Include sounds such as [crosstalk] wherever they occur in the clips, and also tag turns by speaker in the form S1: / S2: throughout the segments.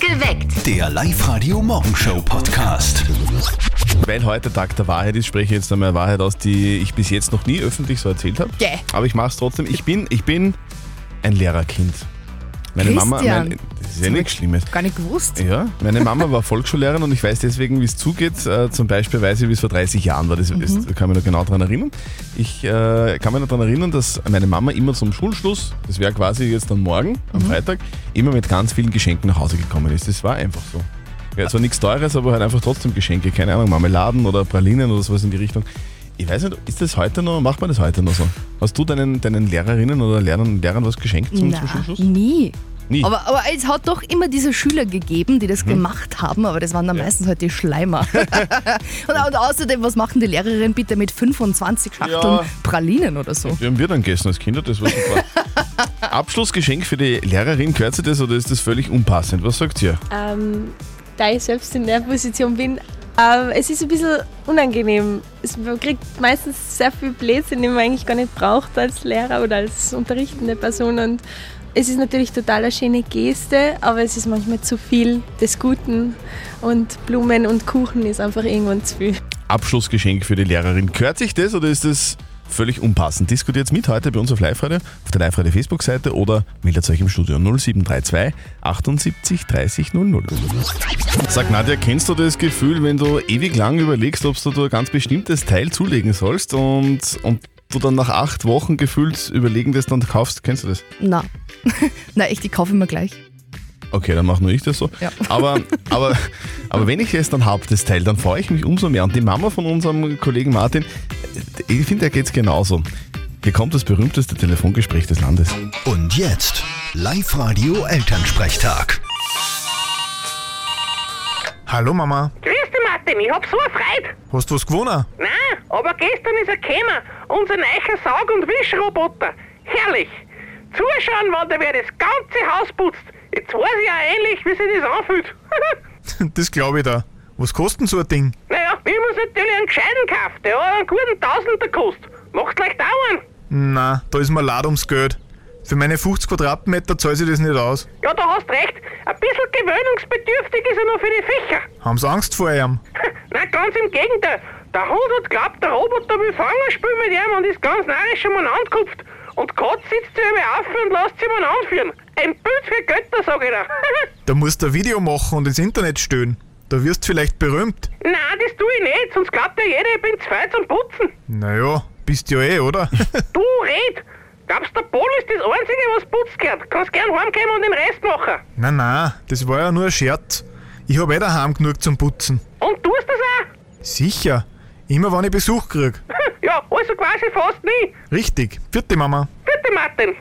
S1: Geweckt.
S2: Der Live-Radio-Morgenshow-Podcast.
S3: Weil heute Tag der Wahrheit ist, spreche ich jetzt einmal Wahrheit aus, die ich bis jetzt noch nie öffentlich so erzählt habe.
S4: Gäh.
S3: Aber ich mache es trotzdem. Ich bin, ich bin ein Lehrerkind. Meine Mama,
S4: Christian.
S3: mein, das ist ja nichts Schlimmes.
S4: Gar nicht gewusst.
S3: Ja, meine Mama war Volksschullehrerin und ich weiß deswegen, wie es zugeht. Äh, zum Beispiel weiß ich, wie es vor 30 Jahren war. Das
S4: Mhm.
S3: ist, da kann ich mich noch genau daran erinnern. Ich äh, kann mich noch daran erinnern, dass meine Mama immer zum Schulschluss, das wäre quasi jetzt dann morgen, am
S4: Mhm.
S3: Freitag, immer mit ganz vielen Geschenken nach Hause gekommen ist. Das war einfach so. Ja, es war nichts Teures, aber halt einfach trotzdem Geschenke. Keine Ahnung, Marmeladen oder Pralinen oder sowas in die Richtung. Ich weiß nicht, ist das heute noch, macht man das heute noch so? Hast du deinen, deinen Lehrerinnen oder Lehrern, Lehrern was geschenkt zum, zum
S4: Na,
S3: Schulschluss?
S4: nie.
S3: Nie.
S4: Aber, aber es hat doch immer diese Schüler gegeben, die
S3: Mhm.
S4: das gemacht haben, aber das waren dann meistens halt die
S3: [laughs]
S4: Schleimer. [laughs] und, und außerdem, was machen die Lehrerin bitte mit 25 Schachteln
S3: Ja.
S4: Pralinen oder so?
S3: Wir haben wir dann gegessen als Kinder, das war super. Abschlussgeschenk für die Lehrerin, gehört sie das oder ist das völlig unpassend? Was sagt ihr?
S5: ähm, da ich selbst in der Position bin, ähm, es ist ein bisschen unangenehm. Es, man kriegt meistens sehr viel Blödsinn, den man eigentlich gar nicht braucht als Lehrer oder als unterrichtende Person. Und es ist natürlich total eine schöne Geste, aber es ist manchmal zu viel des Guten. Und Blumen und Kuchen ist einfach irgendwann zu viel.
S3: Abschlussgeschenk für die Lehrerin, gehört sich das oder ist das völlig unpassend? Diskutiert mit heute bei uns auf live Radio, auf der live radio Facebook-Seite oder meldet euch im Studio 0732 78 30 00. Sag Nadja, kennst du das Gefühl, wenn du ewig lang überlegst, ob du da ein ganz bestimmtes Teil zulegen sollst und, und du dann nach acht Wochen gefühlt überlegen das dann kaufst? Kennst du das?
S4: Na. [laughs] Na, echt, die kaufe ich mir gleich.
S3: Okay, dann mache nur ich das so.
S4: Ja.
S3: Aber, aber, aber wenn ich es dann habe, das Teil, dann freue ich mich umso mehr. Und die Mama von unserem Kollegen Martin, ich finde, der geht es genauso. Hier kommt das berühmteste Telefongespräch des Landes.
S2: Und jetzt Live-Radio Elternsprechtag.
S6: Hallo Mama,
S7: Grüß dich, Martin, ich hab so eine Freude.
S6: hast du was gewonnen?
S7: Nein, aber gestern ist er gekommen, unser neuer Saug- und Wischroboter. Herrlich. Zuschauen, wann der wer das ganze Haus putzt. Jetzt weiß ich auch ähnlich, wie sich das anfühlt. [laughs]
S6: Das glaube ich da. Was kostet denn so ein Ding?
S7: naja, ich muss natürlich einen gescheiten kaufen, der hat einen guten Tausender kostet. Macht gleich dauern.
S6: Na, da ist mir leid ums Geld. Für meine 50 Quadratmeter zahlt sich das nicht aus.
S7: Ja, da hast recht, ein bisschen gewöhnungsbedürftig ist er noch für die Fächer.
S6: Haben sie Angst vor ihm?
S7: Nein, ganz im Gegenteil. Der Hund hat glaubt, der Roboter will Fangerspiel mit ihm und ist ganz narrisch um ihn angekupft. Und Gott sitzt sie einmal auf und lässt sie mal anführen. Ein Bild für Götter, sag ich da. [laughs]
S6: Da musst du ein Video machen und ins Internet stellen. Da wirst du vielleicht berühmt.
S7: Nein, das tue ich nicht, sonst glaubt ja jeder, ich bin zu weit zum Putzen.
S6: Naja, bist ja eh, oder?
S7: Du red! Glaubst der Pol ist das Einzige, was putzt gehört? Kannst gern heimkommen und den Rest machen.
S6: na na, das war ja nur ein Scherz. Ich habe eh daheim genug zum Putzen.
S7: Und tust das auch? [laughs]
S6: Sicher. Immer wenn ich Besuch krieg.
S7: Ja, also quasi fast nie.
S6: Richtig. Vierte Mama.
S7: Bitte, Martin.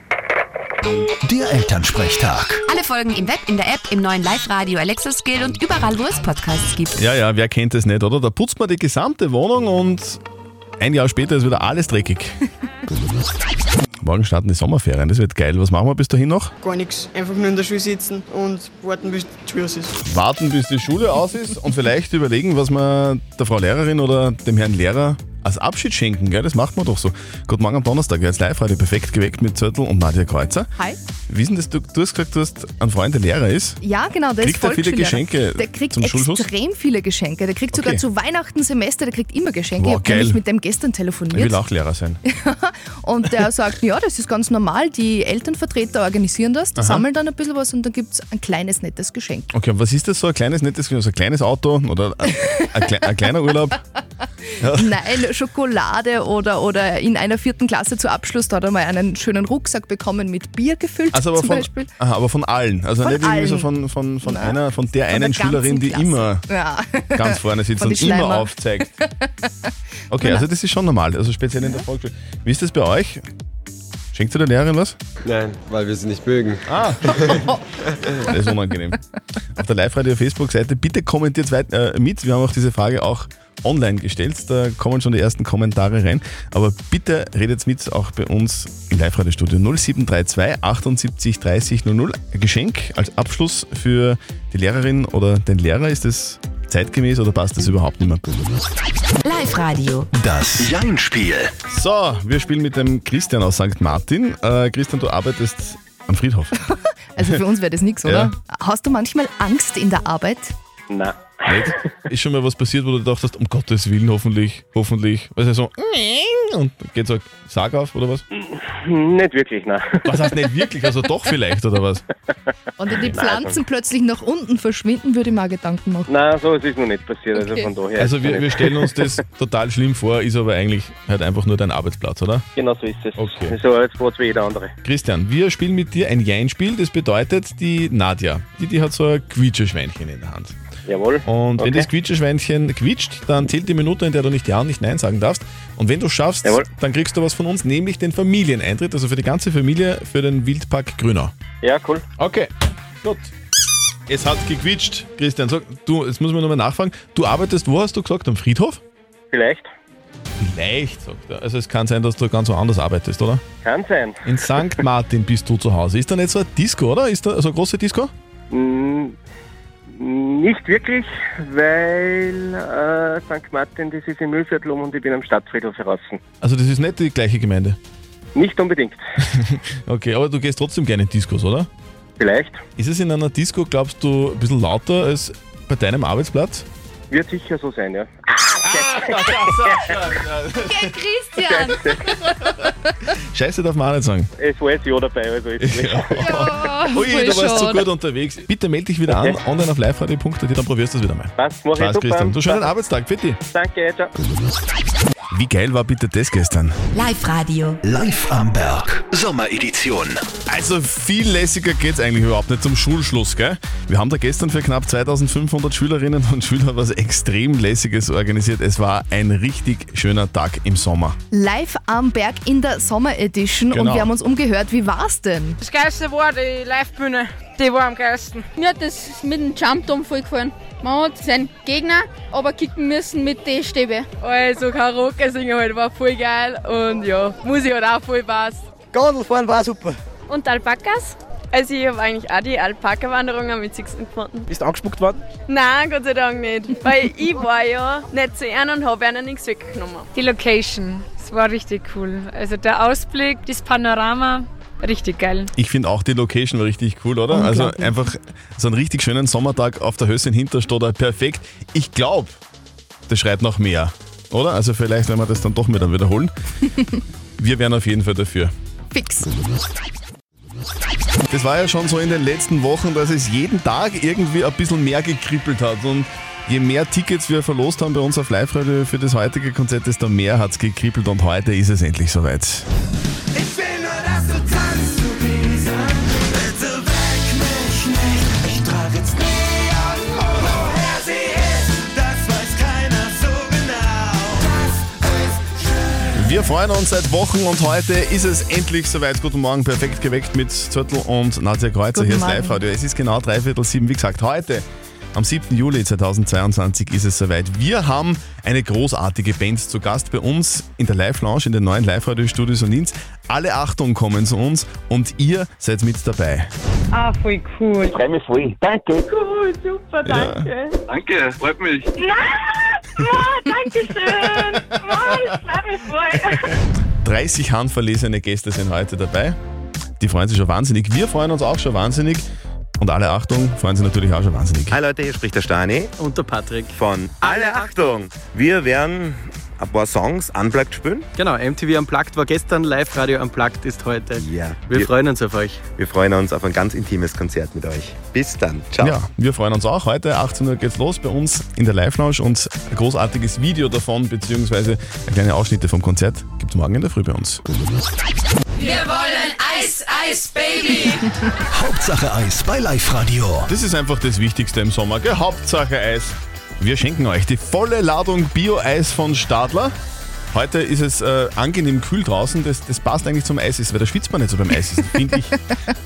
S2: Der Elternsprechtag.
S8: Alle Folgen im Web, in der App, im neuen Live-Radio Alexa Skill und überall, wo es Podcasts gibt.
S3: Ja, ja, wer kennt das nicht, oder? Da putzt man die gesamte Wohnung und ein Jahr später ist wieder alles dreckig. Morgen starten die Sommerferien, das wird geil. Was machen wir bis dahin noch?
S9: Gar nichts. Einfach nur in der Schule sitzen und warten, bis die Schule aus ist.
S3: Warten, bis die Schule aus ist und vielleicht überlegen, was man der Frau Lehrerin oder dem Herrn Lehrer als Abschied schenken. Gell? Das macht man doch so. Guten Morgen am Donnerstag, jetzt live heute perfekt geweckt mit Zörtel und Nadja Kreuzer.
S4: Hi.
S3: Wie ist denn das, du, du hast gesagt, du hast einen Freund, der Lehrer ist.
S4: Ja, genau, der
S3: Kriegt
S4: ist
S3: er viele
S4: Volksschullehrer.
S3: Geschenke
S4: Der kriegt
S3: zum
S4: extrem
S3: Schulschluss?
S4: viele Geschenke. Der kriegt sogar
S3: Okay.
S4: zu Weihnachten, Semester, der kriegt immer Geschenke.
S3: Wow,
S4: ich habe nämlich
S3: geil.
S4: mit dem gestern
S3: Ich will
S4: telefoniert.
S3: auch Lehrer
S4: [laughs]
S3: sein.
S4: Und der sagt, ja, das ist ganz normal. Die Elternvertreter organisieren das, sammeln dann ein bisschen was und dann gibt es ein kleines, nettes Geschenk.
S3: Okay, und was ist das so? Ein kleines, nettes, so ein kleines Auto oder ein, ein, klei- ein kleiner
S4: [laughs]
S3: Urlaub? [laughs]
S4: Nein, Schokolade oder, oder in einer vierten Klasse zu Abschluss, da hat er mal einen schönen Rucksack bekommen mit Bier gefüllt
S3: Also aber
S4: zum
S3: von,
S4: Beispiel.
S3: aha, aber von allen. Also
S4: Von
S3: nicht irgendwie so
S4: allen.
S3: von, von, von
S4: Na,
S3: einer, von der einen
S4: Von der
S3: Schülerin, die
S4: ganzen
S3: immer
S4: Klasse. Ja.
S3: ganz
S4: [laughs]
S3: vorne sitzt
S4: Von
S3: und
S4: die
S3: immer
S4: Schleimer.
S3: aufzeigt.
S4: [laughs]
S3: Okay, also das ist schon normal, also speziell in der Volksschule. Wie ist das bei euch? Schenkt ihr der Lehrerin was?
S10: Nein, weil wir sie nicht mögen.
S3: Das ist unangenehm. Auf der Live-Radio-Facebook-Seite, bitte kommentiert weit, äh, mit. Wir haben auch diese Frage auch online gestellt. Da kommen schon die ersten Kommentare rein. Aber bitte redet mit auch bei uns im Live-Radio-Studio 0732 78 30 00. Ein Geschenk als Abschluss für die Lehrerin oder den Lehrer. Ist das zeitgemäß oder passt das überhaupt nicht mehr?
S8: Live-Radio.
S2: Das Jein-Spiel.
S3: So, wir spielen mit dem Christian aus St. Martin. Äh, Christian, du arbeitest Am Friedhof.
S4: Also für uns wäre das nichts, oder? Hast du manchmal Angst in der Arbeit?
S1: Nein.
S3: Nicht? Ist schon mal was passiert, wo du dachtest, um Gottes Willen, hoffentlich, hoffentlich. Also so, und geht so ein Sarg auf oder was?
S1: [laughs] Nicht wirklich, nein. [laughs]
S3: Was heißt nicht wirklich? Also doch vielleicht oder was?
S4: Und wenn die Pflanzen plötzlich nach unten verschwinden, würde ich mir auch Gedanken machen.
S1: Nein, so ist es noch nicht passiert.
S4: Okay.
S1: Also von daher.
S3: Also
S1: ist
S3: wir,
S1: es
S3: wir
S1: nicht-
S3: stellen uns das total schlimm vor, ist aber eigentlich halt einfach nur dein Arbeitsplatz, oder?
S1: Genau so ist es.
S3: Okay.
S1: So als Wort wie jeder andere.
S3: Christian, wir spielen mit dir ein Jein-Spiel. Das bedeutet, die Nadja, die, die hat so ein Quietscheschweinchen in der Hand.
S1: Jawohl.
S3: Und wenn
S1: Okay.
S3: das Quietscheschweinchen quietscht, dann zählt die Minute, in der du nicht Ja und nicht Nein sagen darfst. Und wenn du schaffst,
S1: Jawohl.
S3: dann kriegst du was von uns, nämlich den Familieneintritt, also für die ganze Familie, für den Wildpark Grünau.
S1: Ja, cool.
S3: Okay, gut. Es hat gequietscht. Christian, sag, du, jetzt müssen wir nochmal nachfragen. Du arbeitest, wo hast du gesagt? Am Friedhof?
S1: Vielleicht.
S3: Vielleicht, sagt er. Also es kann sein, dass du ganz woanders arbeitest, oder?
S1: Kann sein.
S3: In St. Martin bist du zu Hause. Ist da nicht so ein Disco, oder? Ist da so eine große Disco?
S1: Mm, Nicht wirklich, weil äh, St. Martin, das ist im Müllviertel um und ich bin am Stadtfriedhof heraus.
S3: Also das ist nicht die gleiche Gemeinde.
S1: Nicht unbedingt.
S3: [laughs] Okay, aber du gehst trotzdem gerne in Discos, oder?
S1: Vielleicht.
S3: Ist es in einer Disco, glaubst du, ein bisschen lauter als bei
S1: [laughs]
S3: deinem Arbeitsplatz?
S1: Wird sicher so sein, ja.
S8: Gell, Christian?
S3: Scheiße darf man auch nicht sagen.
S1: Es war jetzt ja dabei, also
S3: [laughs]
S1: ist nicht.
S3: Ui, du warst so
S4: schon.
S3: gut unterwegs. Bitte melde dich wieder an, online auf liveradio.at, dann probierst du es wieder mal.
S1: Passt, mach ich
S3: Spaß,
S1: super.
S3: Christian. Du schönen
S1: Passt.
S3: Arbeitstag, bitte.
S1: Danke, ciao.
S3: Wie geil war bitte das gestern?
S8: Live-Radio.
S2: Live am Berg. Sommeredition.
S3: Also viel lässiger geht's eigentlich überhaupt nicht zum Schulschluss, gell? Wir haben da gestern für knapp 2500 Schülerinnen und Schüler was extrem lässiges organisiert. Es war ein richtig schöner Tag im Sommer.
S4: Live am Berg in der Sommer Edition
S3: Genau.
S4: und wir haben uns umgehört. Wie war's denn?
S5: Das Geilste war die Live-Bühne. Die war am geilsten.
S11: Mir hat das mit dem Jump Dom voll gefallen. Man hat seinen Gegner aber kicken müssen mit den Stäbe.
S5: Also Karaoke singen halt war voll geil und ja, Musik hat auch voll Spaß.
S9: Gondelfahren war super.
S5: Und Alpakas? Also ich habe eigentlich auch die Alpaka-Wanderung am witzigsten gefunden.
S9: Bist du angespuckt worden?
S5: Nein, Gott sei Dank nicht. Weil ich war ja nicht zu einem und habe ihnen nichts weggenommen.
S11: Die Location, es war richtig cool. Also der Ausblick, das Panorama, richtig geil.
S3: Ich finde auch die Location war richtig cool, oder? Also einfach so einen richtig schönen Sommertag auf der Hösse in Hinterstoder, perfekt. Ich glaube, das schreit noch mehr, oder? Also vielleicht werden wir das dann doch mal dann wiederholen. wir wären auf jeden Fall dafür.
S4: Fix.
S3: Das war ja schon so in den letzten Wochen, dass es jeden Tag irgendwie ein bisschen mehr gekribbelt hat und Je mehr Tickets wir verlost haben bei uns auf Live-Radio für das heutige Konzert, desto mehr hat es gekribbelt und heute ist es endlich soweit.
S2: Ich will nur, dass du tanzt zu dieser. Bitte weck mich nicht. Ich trage jetzt Neon. Und woher sie ist, das weiß keiner so genau. Das ist schön.
S3: Wir freuen uns seit Wochen und heute ist es endlich soweit. Guten Morgen, perfekt geweckt mit Zürtel und Nadja Kreuzer.
S4: Guten
S3: Hier ist
S4: Morgen.
S3: Live-Radio. Es ist genau dreiviertel sieben. Wie gesagt, heute, am 7. Juli 2022, ist es soweit. Wir haben eine großartige Band zu Gast bei uns in der Live-Lounge, in den neuen Live-Radio-Studios und Linz. Alle Achtung kommen zu uns und ihr seid mit dabei.
S11: Ah, voll cool.
S1: Ich freue mich voll. Danke.
S5: Cool, super,
S3: Ja.
S1: Danke, freut mich.
S5: danke schön. Mann, das mich voll.
S3: 30 handverlesene Gäste sind heute dabei. Die freuen sich schon wahnsinnig. Wir freuen uns auch schon wahnsinnig. Und alle Achtung, freuen sich natürlich auch schon wahnsinnig.
S12: Hi Leute, hier spricht der Stani
S9: Und der Patrick.
S12: von Alle Achtung. Wir werden ein paar Songs unplugged spielen.
S9: Genau, MTV Unplugged war gestern, Live-Radio Unplugged ist heute.
S12: Ja.
S9: Wir,
S12: Wir,
S9: freuen uns auf euch.
S12: wir freuen uns auf ein ganz intimes Konzert mit euch. Bis dann. Ciao.
S3: Ja, wir freuen uns auch. Heute 18 Uhr geht's los bei uns in der Live-Lounge und ein großartiges Video davon, beziehungsweise kleine Ausschnitte vom Konzert, gibt's morgen in der Früh bei uns.
S8: Wir wollen Eis, Eis, Baby.
S2: Hauptsache Eis bei Live-Radio.
S3: Das ist einfach das Wichtigste im Sommer, gell? Hauptsache Eis. Wir schenken euch die volle Ladung Bio-Eis von Stadler. Heute ist es äh, angenehm kühl draußen, das, das passt eigentlich zum Eis, weil da schwitzt man nicht so beim Eis, finde [laughs] ich.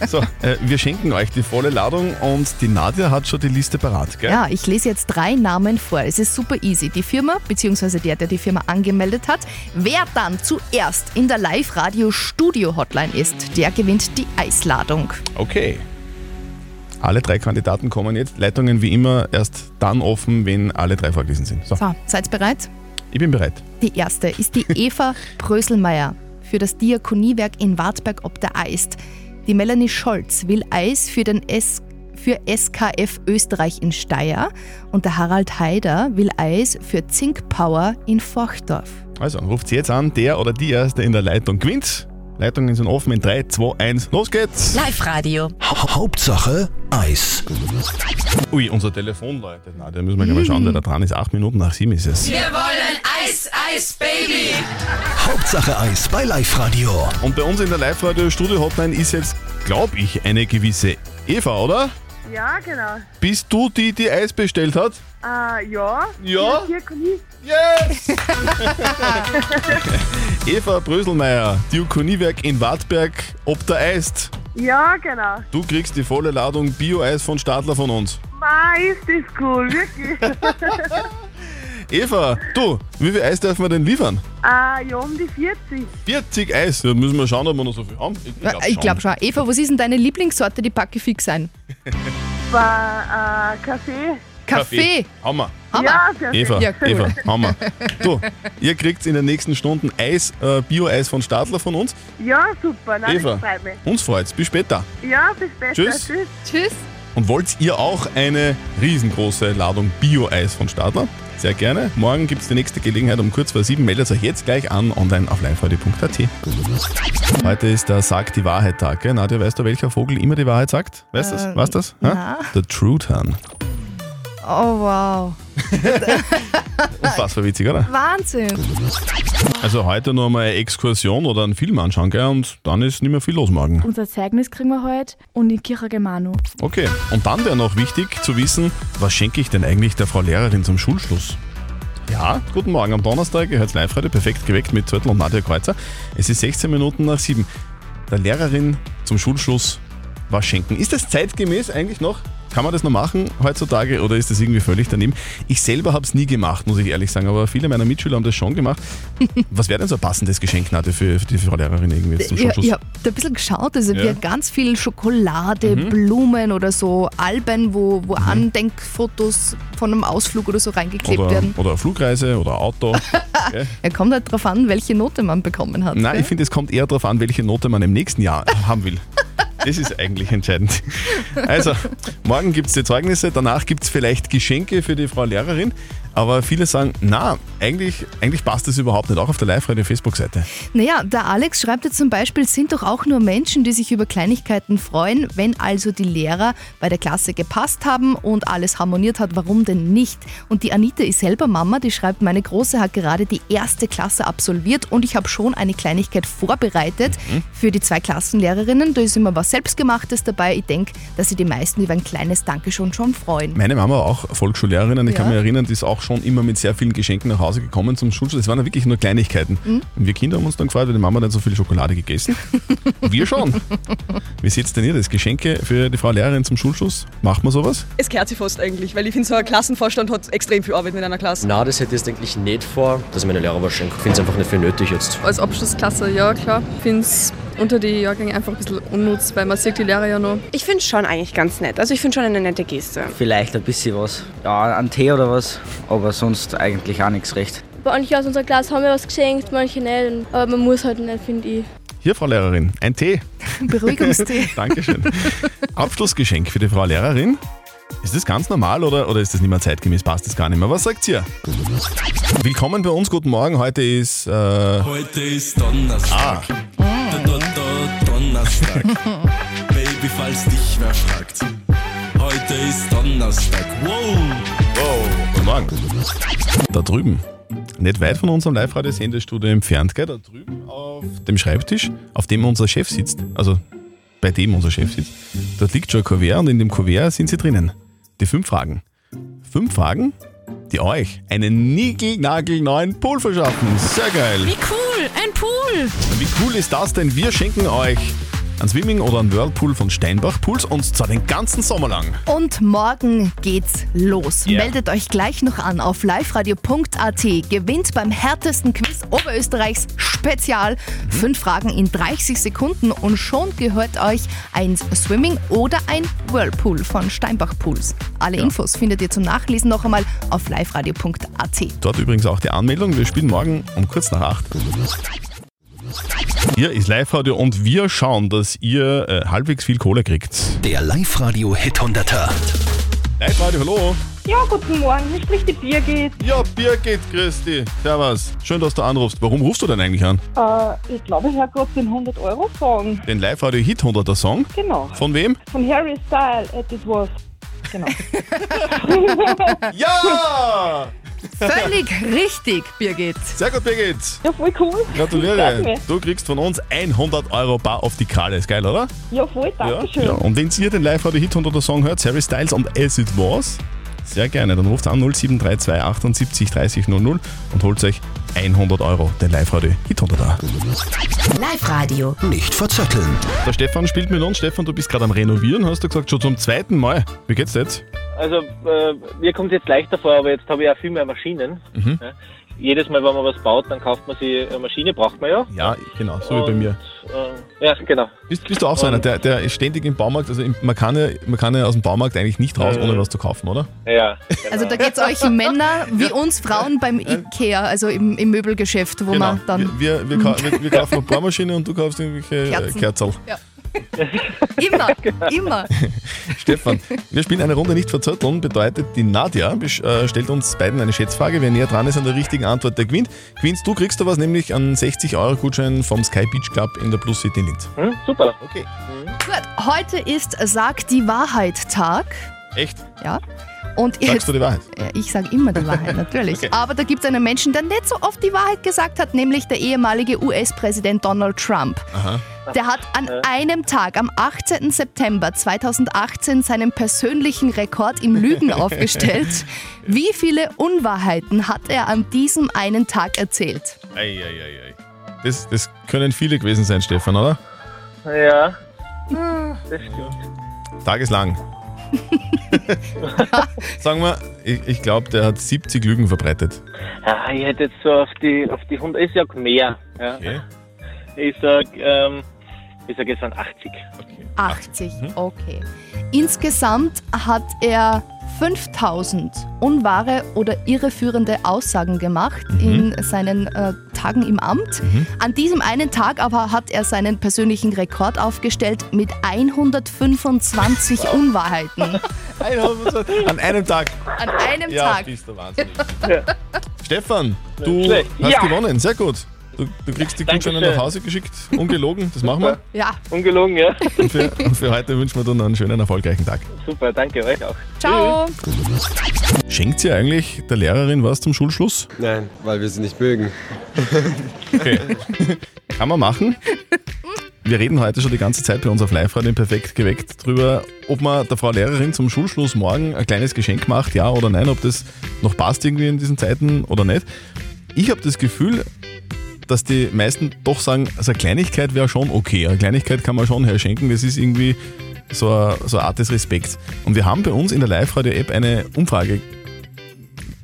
S3: So, äh, wir schenken euch die volle Ladung und die Nadja hat schon die Liste parat, gell?
S4: Ja, ich lese jetzt drei Namen vor. Es ist super easy. Die Firma, beziehungsweise der, der die Firma angemeldet hat, wer dann zuerst in der Live-Radio-Studio-Hotline ist, der gewinnt die Eisladung.
S3: Okay. Alle drei Kandidaten kommen jetzt. Leitungen wie immer erst dann offen, wenn alle drei vorgelesen sind. So,
S4: So, seid bereit?
S3: ich bin bereit.
S4: Die erste ist die Eva Bröselmeier für das Diakoniewerk in Wartberg ob der Eist. Die Melanie Scholz will Eis für den S für SKF Österreich in Steyr und der Harald Haider will Eis für Zink Power in Forchdorf.
S3: Also, ruft jetzt an, der oder die Erste in der Leitung gewinnt. Leitungen sind offen in 3, 2, 1, los geht's!
S8: Live-Radio.
S3: Hauptsache Eis. Ui, unser Telefon läutet. Na, da müssen wir gleich mal schauen, wer da dran ist. Acht Minuten nach sieben ist es.
S2: wollen Eis, Eis, Baby.
S3: Hauptsache Eis bei Live-Radio. Und bei uns in der Live-Radio-Studio-Hotline ist jetzt, glaube ich, eine gewisse Eva, oder?
S13: Ja, genau.
S3: Bist du die, die Eis bestellt hat?
S13: Äh, ja.
S3: Ja?
S13: Hier komm ich.
S4: [laughs]
S3: Yes! Eva Bröselmeier, Diakoniewerk in Wartberg, ob der Eist.
S13: ja, genau.
S3: Du kriegst die volle Ladung Bio-Eis von Stadler von uns.
S13: Ma, ist das cool,
S3: [laughs]
S13: wirklich.
S3: Eva, du, wie viel Eis dürfen wir denn liefern?
S13: äh, ja, um die 40.
S3: 40 Eis. Da müssen wir schauen, ob wir noch so viel haben. Ich,
S4: Ja, Ich glaube schon. Eva, was ist denn deine Lieblingssorte, die packe ich fix ein?
S13: Bei äh, Kaffee.
S4: Kaffee.
S3: Hammer.
S4: Hammer.
S13: Ja, sehr
S3: Eva,
S13: schön. Ja, cool.
S3: Eva,
S4: [laughs]
S3: Hammer. Du, ihr kriegt in den nächsten Stunden Eis, äh, Bio-Eis von Stadler von uns.
S13: Ja, super. Nein,
S3: Eva,
S13: das freut mich.
S3: uns freut's. Bis später.
S13: Ja, bis später.
S3: Tschüss.
S13: Tschüss.
S3: Und wollt ihr auch eine riesengroße Ladung Bio-Eis von Stadler? Sehr gerne. Morgen gibt's die nächste Gelegenheit um kurz vor sieben. Meldet euch jetzt gleich an online auf livefreude.at. Heute ist der Sag die Wahrheit Tag. Gell? Nadja, weißt du, welcher Vogel immer die Wahrheit sagt? Weißt du
S4: Ähm,
S3: das? Was das? Hä?
S4: na.
S3: Der Truthahn.
S4: Oh, wow.
S3: Unfassbar witzig, oder?
S4: Wahnsinn. Ah.
S3: Also heute noch mal eine Exkursion oder einen Film anschauen, gell? Und dann ist nicht mehr viel los morgen.
S14: Unser Zeugnis kriegen wir heute und in Kirche Germano.
S3: Okay. Und dann wäre noch wichtig zu wissen, was schenke ich denn eigentlich der Frau Lehrerin zum Schulschluss? Ja, guten Morgen am Donnerstag, ihr hört live heute perfekt geweckt mit Zürtel und Nadja Kreuzer. Es ist 16 Minuten nach 7. Der Lehrerin zum Schulschluss was schenken. Ist das zeitgemäß eigentlich noch? Kann man das noch machen heutzutage oder ist das irgendwie völlig daneben? Ich selber habe es nie gemacht, muss ich ehrlich sagen, aber viele meiner Mitschüler haben das schon
S4: [laughs]
S3: gemacht. Was wäre denn so ein passendes Geschenk, Nadja, für, für die Frau Lehrerin irgendwie jetzt zum
S4: Ja,
S3: Schulschluss?
S4: ich habe da ein bisschen geschaut. Also, wir
S3: Ja.
S4: haben ganz viel Schokolade,
S3: Mhm.
S4: Blumen oder so Alben, wo, wo Andenkfotos von einem Ausflug oder so reingeklebt
S3: Oder,
S4: werden.
S3: oder eine Flugreise oder ein
S4: [laughs]
S3: Auto. gell?
S4: Er kommt halt drauf an, welche Note man bekommen hat.
S3: Nein,
S4: gell?
S3: ich finde, es kommt eher darauf an, welche Note man im nächsten Jahr [laughs] haben will. Das ist eigentlich entscheidend. Also, morgen gibt es die Zeugnisse, danach gibt es vielleicht Geschenke für die Frau Lehrerin, aber viele sagen, na, eigentlich, eigentlich passt das überhaupt nicht, auch auf der Live-Radio-Facebook-Seite.
S4: Naja, der Alex schreibt jetzt zum Beispiel, sind doch auch nur Menschen, die sich über Kleinigkeiten freuen, wenn also die Lehrer bei der Klasse gepasst haben und alles harmoniert hat, warum denn nicht? Und die Anita ist selber Mama, die schreibt, meine Große hat gerade die erste Klasse absolviert und ich habe schon eine Kleinigkeit vorbereitet
S15: Mhm.
S4: für die zwei Klassenlehrerinnen. Da ist immer was Selbstgemachtes dabei. Ich denke, dass sie die meisten über ein kleines Dankeschön
S3: [laughs]
S4: schon freuen.
S3: Meine Mama war auch Volksschullehrerin und ich kann
S4: Ja.
S3: mich erinnern, die ist auch schon immer mit sehr vielen Geschenken nach Hause gekommen zum Schulschluss. Es waren ja wirklich nur Kleinigkeiten.
S4: Mhm.
S3: Und wir Kinder haben uns dann gefreut, weil die Mama dann so viel Schokolade gegessen.
S4: [laughs]
S3: wir schon. Wie seht denn ihr das? Geschenke für die Frau Lehrerin zum Schulschluss? Macht man sowas?
S16: Es kehrt sich fast eigentlich, weil ich finde, so ein Klassenvorstand hat extrem viel Arbeit mit einer Klasse.
S17: Na, das hätte ich jetzt eigentlich nicht vor, dass ich meine Lehrer was schenke. Ich finde es einfach nicht für nötig jetzt.
S18: Als Abschlussklasse, ja klar. Ich finde es unter die Jahrgänge einfach ein bisschen unnutz, weil man sieht die Lehrer ja noch.
S19: Ich finde es schon eigentlich ganz nett. Also ich finde schon eine nette Geste.
S20: Vielleicht ein bisschen was. Ja, ein Tee oder was, aber sonst eigentlich auch nichts recht.
S21: Manche aus unserer Klasse haben mir was geschenkt, manche nicht. Aber man muss halt nicht, finde ich.
S3: Hier, Frau Lehrerin, ein Tee.
S21: Beruhigungstee.
S3: Dankeschön. Abschlussgeschenk für die Frau Lehrerin. Ist das ganz normal oder, oder ist das nicht mehr zeitgemäß? Passt das gar nicht mehr? Was sagt ihr? Willkommen bei uns, guten Morgen. Heute ist. Äh,
S2: Heute ist Donnerstag.
S3: Ah.
S2: Da, da, da, Donnerstag. Baby, falls dich wer fragt. Heute ist Donnerstag. Wow.
S3: Wow. Guten Morgen. Da drüben. Nicht weit von unserem Live-Radio-Sendestudio entfernt, gell? Da drüben auf dem Schreibtisch, auf dem unser Chef sitzt. Also bei dem unser Chef sitzt. Dort liegt schon ein Kuvert und in dem Kuvert sind sie drinnen. Die fünf Fragen. Fünf Fragen, die euch einen niegelnagelneuen Pool verschaffen. Sehr geil.
S22: cool, ein Pool!
S3: Wie cool ist das denn? Wir schenken euch einen Swimming oder einen Whirlpool von Steinbach Pools und zwar den ganzen Sommer lang.
S4: Und morgen geht's los.
S3: Ja.
S4: Meldet euch gleich noch an auf liveradio.at. Gewinnt beim härtesten Quiz Oberösterreichs Spezial. Fünf Fragen in 30 Sekunden und schon gehört euch ein Swimming oder ein Whirlpool von Steinbach Pools. Alle Infos findet ihr zum Nachlesen noch einmal auf liveradio.at.
S3: Dort übrigens auch die Anmeldung. Wir spielen morgen um kurz nach acht. Hier ist Live-Radio und wir schauen, dass ihr äh, halbwegs viel Kohle kriegt. Der Live-Radio Hit 100 Live-Radio, hallo.
S6: Ja, guten Morgen, hier spricht die Birgit.
S3: Ja, Birgit, Christi. Servus. Schön, dass du anrufst. Warum rufst du denn eigentlich an?
S6: Äh, ich glaube, ich habe gerade den 100-Euro-Song.
S3: Den Live-Radio Hit 100er Song?
S6: Genau.
S3: Von wem?
S6: Von Harry Style, Äh, At It Was. Genau.
S3: ja!
S4: Völlig richtig, Birgit.
S3: Sehr gut, Birgit.
S6: Ja, voll cool.
S3: Gratuliere.
S6: Danke.
S3: Du kriegst von uns 100 Euro bar auf die Kralle. Ist geil, oder?
S6: Ja, voll, danke schön.
S3: Ja, und wenn ihr den Live-Radio-Hit 100er Song hört, Harry Styles und As It Was, sehr gerne. Dann ruft an 0732 78 30 00 und holt euch 100 Euro, den Live-Radio-Hit 100er.
S8: Live-Radio.
S3: Nicht verzetteln. Der Stefan spielt mit uns. Stefan, du bist gerade am Renovieren, hast du gesagt, schon zum zweiten Mal. Wie geht's dir jetzt?
S15: Also äh, mir kommt es jetzt leichter vor, aber jetzt habe ich ja viel mehr Maschinen.
S3: Mhm.
S15: Ja. Jedes Mal, wenn man was baut, dann kauft man sich eine Maschine, braucht man ja.
S3: Ja, genau, so wie bei
S15: Und,
S3: mir.
S15: Äh, ja, genau.
S3: Bist, bist du auch so einer, der, der ist ständig im Baumarkt, also im, man, kann ja, man kann ja aus dem Baumarkt eigentlich nicht
S4: Äh.
S3: raus, ohne was zu kaufen, oder?
S15: Ja.
S4: Also da geht's euch Männer wie uns Frauen beim Ikea, also im, im Möbelgeschäft, wo
S3: Genau.
S4: man dann...
S3: Wir, wir, ka- wir, wir kaufen eine Bohrmaschine und du kaufst irgendwelche äh, Kerzen.
S4: Kerzen.
S3: Kerzel.
S4: Ja. immer, immer.
S3: Stefan, wir spielen eine Runde nicht verzötteln, bedeutet, die Nadja besch- äh, stellt uns beiden eine Schätzfrage. Wer näher dran ist an der richtigen Antwort, der gewinnt. Gewinnst du, kriegst du was, nämlich einen 60-Euro-Gutschein vom Sky Beach Club in der Plus City Linz.
S15: super.
S3: [laughs] Okay.
S4: Gut, heute ist Sag die Wahrheit Tag.
S3: Echt?
S4: Ja. Und
S3: Sagst du die Wahrheit?
S4: Ja, Ich sage immer
S3: [laughs]
S4: die Wahrheit, natürlich.
S3: Okay.
S4: Aber da gibt es einen Menschen, der nicht so oft die Wahrheit gesagt hat, nämlich der ehemalige US-Präsident Donald Trump.
S2: Aha.
S4: Der hat an einem Tag, am 18. September 2018, seinen persönlichen Rekord
S3: [laughs]
S4: im Lügen aufgestellt. Wie viele Unwahrheiten hat er an diesem einen Tag erzählt?
S3: Ei, ei, ei, ei. Das, das können viele gewesen sein, Stefan, oder?
S15: Ja. Ah, Das stimmt.
S3: Tageslang. Sagen wir, ich, ich glaube, der hat 70 Lügen verbreitet.
S15: Ja, ich hätte jetzt so auf die auf die 100, ich sag mehr. Ja.
S3: Okay.
S15: Ich sag, ähm, ich sag, es waren 80.
S4: 80, okay. Insgesamt hat er 5000 unwahre oder irreführende Aussagen gemacht
S2: Mhm.
S4: in seinen äh, Tagen im Amt.
S2: Mhm.
S4: An diesem einen Tag aber hat er seinen persönlichen Rekord aufgestellt mit
S2: [laughs]
S4: 125 Unwahrheiten.
S3: An einem Tag.
S4: An einem
S3: ja,
S4: Tag.
S3: Bist du wahnsinnig. Stefan, du
S15: Schlecht.
S3: hast
S15: Ja.
S3: gewonnen. Sehr gut. Du, du kriegst die Gutscheine
S15: Dankeschön.
S3: nach Hause geschickt. Ungelogen, das machen wir.
S4: Ja.
S15: Ungelungen, ja. [laughs]
S3: Und für, und für heute wünschen wir dir noch einen schönen, erfolgreichen Tag.
S15: Super, danke euch auch.
S4: Ciao.
S3: Schenkt ihr eigentlich der Lehrerin was zum Schulschluss?
S10: Nein, weil wir sie nicht mögen.
S3: [laughs] Okay. Kann man machen. Wir reden heute schon die ganze Zeit bei uns auf live radio perfekt geweckt drüber, ob man der Frau Lehrerin zum Schulschluss morgen ein kleines Geschenk macht, ja oder nein, ob das noch passt irgendwie in diesen Zeiten oder nicht. Ich habe das Gefühl, dass die meisten doch sagen, also eine Kleinigkeit wäre schon okay. Eine Kleinigkeit kann man schon herschenken, das ist irgendwie so eine, so eine Art des Respekts. Und wir haben bei uns in der Live-Radio-App eine Umfrage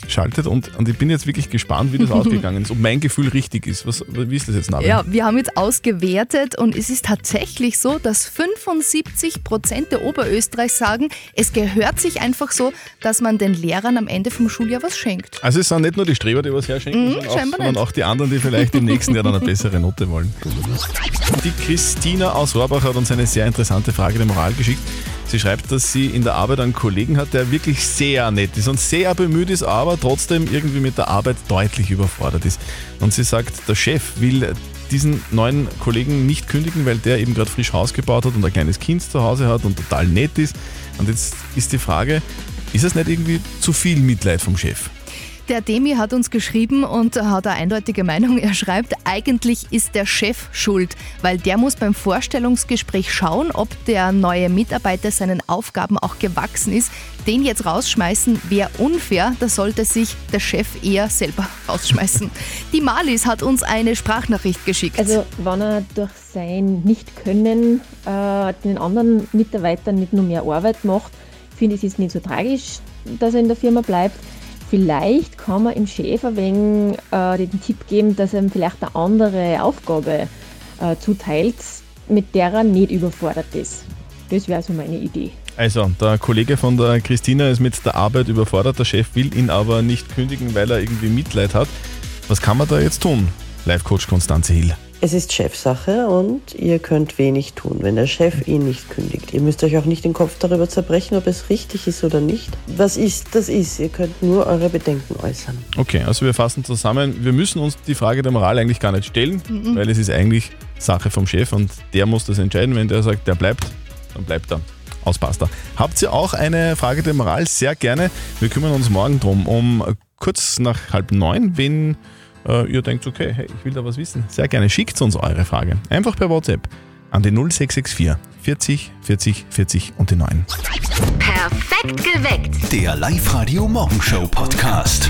S3: geschaltet und, und ich bin jetzt wirklich gespannt, wie das ausgegangen ist, ob mein Gefühl richtig ist. Was, wie ist das jetzt, Nabi?
S4: Ja, wir haben jetzt ausgewertet und es ist tatsächlich so, dass 75 Prozent der Oberösterreich sagen, es gehört sich einfach so, dass man den Lehrern am Ende vom Schuljahr was schenkt.
S3: Also es sind nicht nur die Streber, die was herschenken,
S4: Mhm,
S3: sondern, auch,
S4: scheinbar
S3: sondern
S4: nicht.
S3: auch die anderen, die vielleicht im nächsten Jahr dann eine bessere Note wollen. Die Christina aus Rohrbach hat uns eine sehr interessante Frage der Moral geschickt. Sie schreibt, dass sie in der Arbeit einen Kollegen hat, der wirklich sehr nett ist und sehr bemüht ist, aber trotzdem irgendwie mit der Arbeit deutlich überfordert ist. Und sie sagt, der Chef will diesen neuen Kollegen nicht kündigen, weil der eben gerade frisch Haus gebaut hat und ein kleines Kind zu Hause hat und total nett ist. Und jetzt ist die Frage, ist es nicht irgendwie zu viel Mitleid vom Chef?
S4: Der Demi hat uns geschrieben und hat eine eindeutige Meinung. Er schreibt, eigentlich ist der Chef schuld, weil der muss beim Vorstellungsgespräch schauen, ob der neue Mitarbeiter seinen Aufgaben auch gewachsen ist. Den jetzt rausschmeißen wäre unfair, da sollte sich der Chef eher selber [laughs] rausschmeißen. Die Malis hat uns eine Sprachnachricht geschickt.
S23: Also, wenn er durch sein Nicht-Können äh, den anderen Mitarbeitern nicht nur mehr Arbeit macht, finde ich es ist nicht so tragisch, dass er in der Firma bleibt. Vielleicht kann man im Chef ein wenig äh, den Tipp geben, dass er ihm vielleicht eine andere Aufgabe äh, zuteilt, mit der er nicht überfordert ist. Das wäre so meine Idee.
S3: Also, der Kollege von der Christina ist mit der Arbeit überfordert. Der Chef will ihn aber nicht kündigen, weil er irgendwie Mitleid hat. Was kann man da jetzt tun? Live-Coach Konstanze Hill.
S7: Es ist Chefsache und ihr könnt wenig tun, wenn der Chef ihn nicht kündigt. Ihr müsst euch auch nicht den Kopf darüber zerbrechen, ob es richtig ist oder nicht. Was ist, das ist. Ihr könnt nur eure Bedenken äußern.
S3: Okay, also wir fassen zusammen, wir müssen uns die Frage der Moral eigentlich gar nicht stellen,
S7: Mhm.
S3: weil es ist eigentlich Sache vom Chef und der muss das entscheiden. Wenn der sagt, der bleibt, dann bleibt er. Aus Pasta. Habt ihr auch eine Frage der Moral? Sehr gerne. Wir kümmern uns morgen drum, um kurz nach halb neun, wenn äh, ihr denkt, okay, hey, ich will da was wissen. Sehr gerne. Schickt uns eure Frage. Einfach per WhatsApp an die 0664 40 40 40 und die 9.
S8: Perfekt geweckt.
S2: Der Live-Radio Morgenshow Podcast.